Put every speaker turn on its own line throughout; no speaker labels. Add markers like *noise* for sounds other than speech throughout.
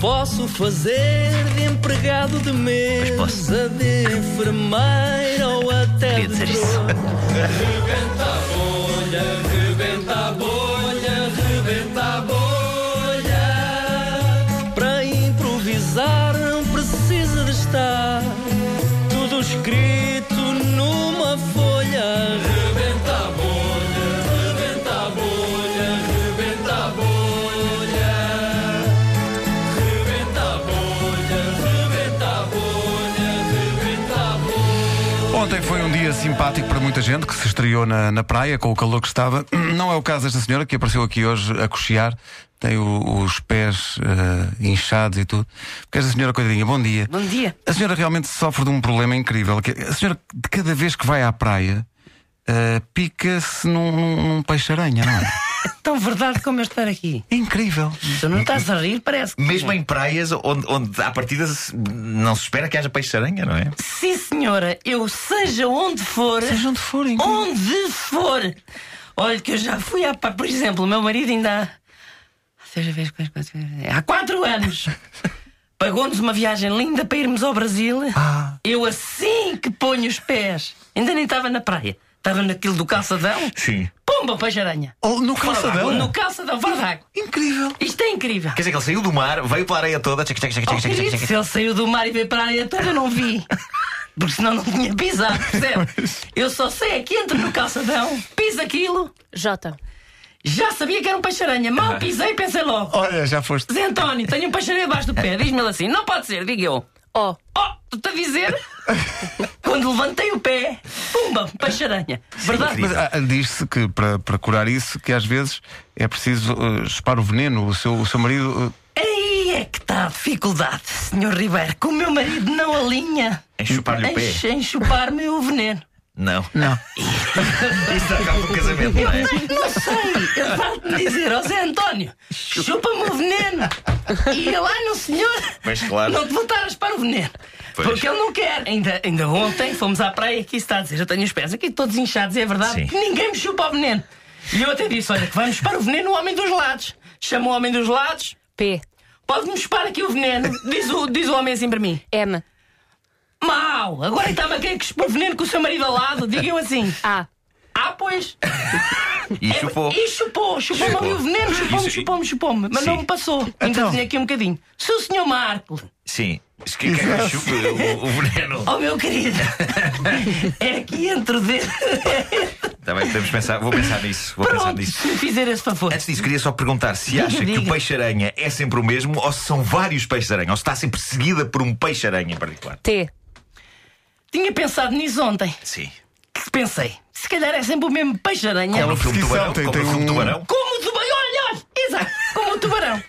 posso fazer de empregado de mesa, de enfermeira ou até de
Queria dizer
doce.
isso.
Rebenta a bolha, rebenta a bolha, rebenta a bolha. Para improvisar não precisa de estar tudo escrito numa folha. Rebenta a bolha, rebenta a bolha, rebenta a bolha. Rebenta a bolha, rebenta a bolha, rebenta a bolha.
Ontem foi um dia simpático para muita gente que se estreou na, na praia com o calor que estava. *clears throat* Não é o caso desta senhora que apareceu aqui hoje a cochear. Tem o- os pés eh, inchados e tudo. Porque esta senhora, coitadinha, bom dia.
Bom dia.
A senhora realmente sofre de um problema incrível. que a senhora, de cada vez que vai à praia, eh, pica-se num, num- num peixe-aranha, não *laughs* é?
Tão verdade como eu estar aqui.
É Incrível.
Tu não estás a rir, parece que.
Mesmo em praias onde, onde à partida se- não se espera que haja peixe-aranha, não é?
Sim, senhora, eu seja onde for,
Seja onde for, incrível.
onde for. Olha, que eu já fui à. pa- Por exemplo, o meu marido ainda há. Seja vez, quatro, quatro, há quatro anos. Pagou-nos uma viagem linda para irmos ao Brasil. Eu assim que ponho os pés. Ainda nem estava na praia. Estava naquilo do calçadão.
Sim.
Pumba, peixe-aranha.
Ou no calçadão.
No calçadão, vá d'água.
Incrível.
Isto é incrível.
Quer dizer que ele saiu do mar, veio pela areia toda, tchac, tchac, tchac,
Oh,
tchac, tchac,
querido,
tchac, tchac.
se ele saiu do mar e veio para a areia toda, eu não vi. Porque senão não tinha pisado, percebe? Eu só sei é que entro no calçadão, piso aquilo,
Jota.
já sabia que era um peixe-aranha.
Ah.
Mal pisei, pensei logo.
Olha, já
Oh.
foste.
Zé António, tenho um peixe-aranha abaixo do pé. Diz-me ele assim: não pode ser, digo eu.
Ó.
Oh, tu estás a
*laughs*
dizer? Quando levantei o pé, pumba, peixe-aranha. Verdade?
Mas ah, diz-se que para, para curar isso, que às vezes é preciso eh, chupar o veneno. O seu, o seu marido. eh,
Aí é que está a dificuldade, Sr. Ribeiro, que o meu marido não alinha
Em chupar-lhe o pé?
em, em chupar-me o veneno.
Não. Não.
*laughs*
Isso dá cabo do casamento, não é?
Não sei, eu vou-te dizer, ó Zé António, chupa-me o veneno. E ele, ai, não senhor,
Mas claro.
não te vou estar a raspar o veneno.
Pois.
Porque ele não quer. Ainda, ainda ontem fomos à praia, aqui está a dizer, eu tenho os pés aqui todos inchados, é verdade,
Sim.
que ninguém me chupa o veneno. E eu até disse, olha, que vamos chupar o veneno o homem dos lados. Chama o homem dos lados,
P.
pode-me chupar aqui o veneno, diz o, diz o homem assim para mim.
M.
Mau, agora está-me a querer que chupar o veneno com o seu marido ao lado, diga eu assim.
A.
Ah, pois.
E chupou.
E chupou, chupou-me ali o veneno, chupou-me,
Isso-
chupou-me, chupou-me. Mas
Sim. Então.
não me passou. Ainda tinha aqui um bocadinho. Se o senhor Marco,
Sim. Isso que- que- que Chupa o, o veneno.
oh meu querido, *laughs* é aqui entre o
*laughs*
dedo.
Está bem, podemos pensar. Vou pensar nisso. Vou pensar
Pronto,
nisso.
se me fizer esse favor.
Antes disso, queria só perguntar se acha que o
diga.
peixe-aranha é sempre o mesmo ou se são vários peixes-aranha, ou se está sempre seguida por um peixe-aranha em particular.
T.
Tinha pensado nisso ontem.
Sim.
Que pensei, se calhar é sempre o mesmo peixe-aranha.
Como no filme
perseguição,
Tubarão.
tem-
Como
tem
no filme
um-
Tubarão.
Como o tubarão. Olha, olha, exato, como o tubarão.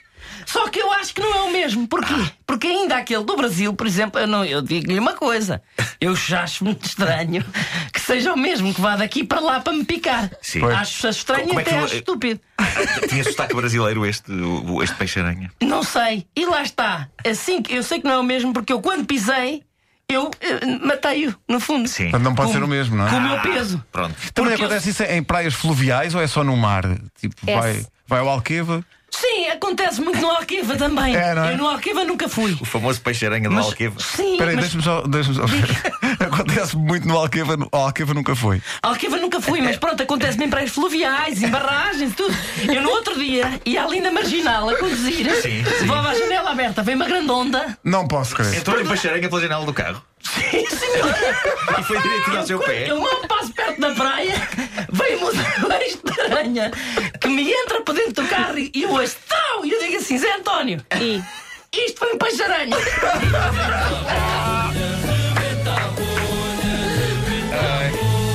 Só que eu acho que não é o mesmo. Porquê? Porque ainda há aquele do Brasil, por exemplo, eu, não- eu digo-lhe uma coisa. Eu já acho muito estranho que seja o mesmo que vá daqui para lá para me picar.
Sim. Pois.
Acho estranho
Como
e
é que
até
tu-
acho estúpido.
Tinha sotaque brasileiro este, o- este peixe-aranha.
Não sei. E lá está. Assim que eu sei que não é o mesmo, porque eu quando pisei, eu eh, matei-o, no fundo.
Sim.
Portanto, não pode
Com-
ser o mesmo, não é?
Com o meu peso.
Pronto.
Também
Porque eu- É
acontece isso em praias fluviais ou é só no mar? Tipo,
S.
vai, vai ao Alqueva.
Sim, acontece muito no Alqueva também.
É, não é?
Eu no Alqueva nunca fui.
O famoso peixe-aranha do Alqueva.
Sim,
Espera aí,
mas
deixa-me só. Deixa só... *laughs* acontece muito no Alqueva. no- O Alqueva nunca foi.
Alqueva nunca fui, mas pronto, acontece em praias fluviais, em barragens, tudo. Eu no outro dia ia ali na marginal a conduzir,
Sim, sim.
levava a janela aberta, veio uma grande onda.
Não posso crer.
Entrou em peixe-aranha pela janela do carro
Sim, senhora.
e foi direitinho ao seu pé.
Eu mal passo perto da praia, veio uma estranha que me entra para dentro do carro e eu hoje tal! E eu digo assim: Zé António,
I.
isto foi um peixe-aranha.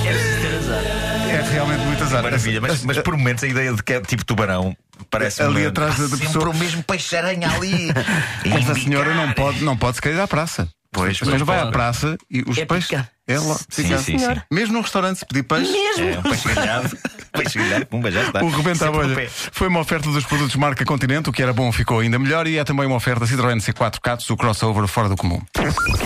É realmente muito azar.
Ah, Maravilha, mas, mas por momentos a ideia de que é tipo tubarão parece
Ali atrás da- da
Ah, sempre
pessoa.
o mesmo peixe-aranha ali.
*laughs* Esta
Indicar.
senhora não pode, não pode sequer ir à praça.
Pois,
Mas
pois,
vai
pode.
à praça e os
É
peixes.
picar.
É lá.
Sim,
picar.
sim, sim.
Mesmo num restaurante, se pedir peixe.
Mesmo.
É um peixe *laughs* galhado. peixe galhado, pumba, já está.
O rebenta a
Sempre no
bolha.
pé.
Foi uma oferta dos produtos marca Continente, o que era bom ficou ainda melhor e é também uma oferta Citroën C4 Catos, o crossover fora do comum.